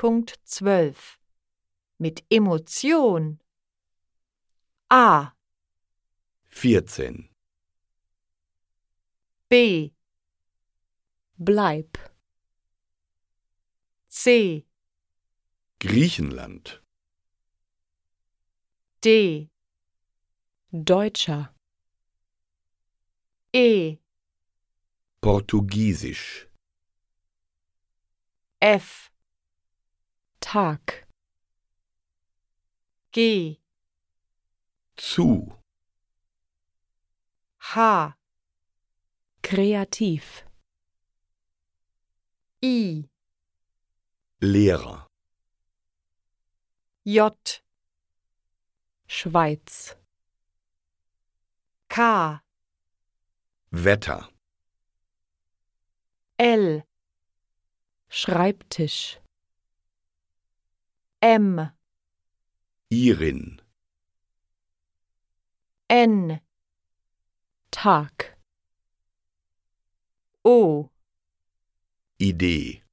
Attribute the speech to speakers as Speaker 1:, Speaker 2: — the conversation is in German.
Speaker 1: 6.12 Mit Emotion A,
Speaker 2: 14.
Speaker 1: B,
Speaker 3: bleib,
Speaker 1: C,
Speaker 2: Griechenland.
Speaker 1: D,
Speaker 3: Deutscher,
Speaker 1: E,
Speaker 2: Portugiesisch.
Speaker 1: F,
Speaker 3: Tag,
Speaker 1: G,
Speaker 2: Zu.
Speaker 1: H,
Speaker 3: kreativ,
Speaker 1: I,
Speaker 2: Lehrer.
Speaker 1: J,
Speaker 3: Schweiz,
Speaker 1: K,
Speaker 2: Wetter.
Speaker 1: L,
Speaker 3: Schreibtisch,
Speaker 1: M,
Speaker 2: Irin.
Speaker 1: N,
Speaker 3: Tag.
Speaker 1: O.
Speaker 2: Idee.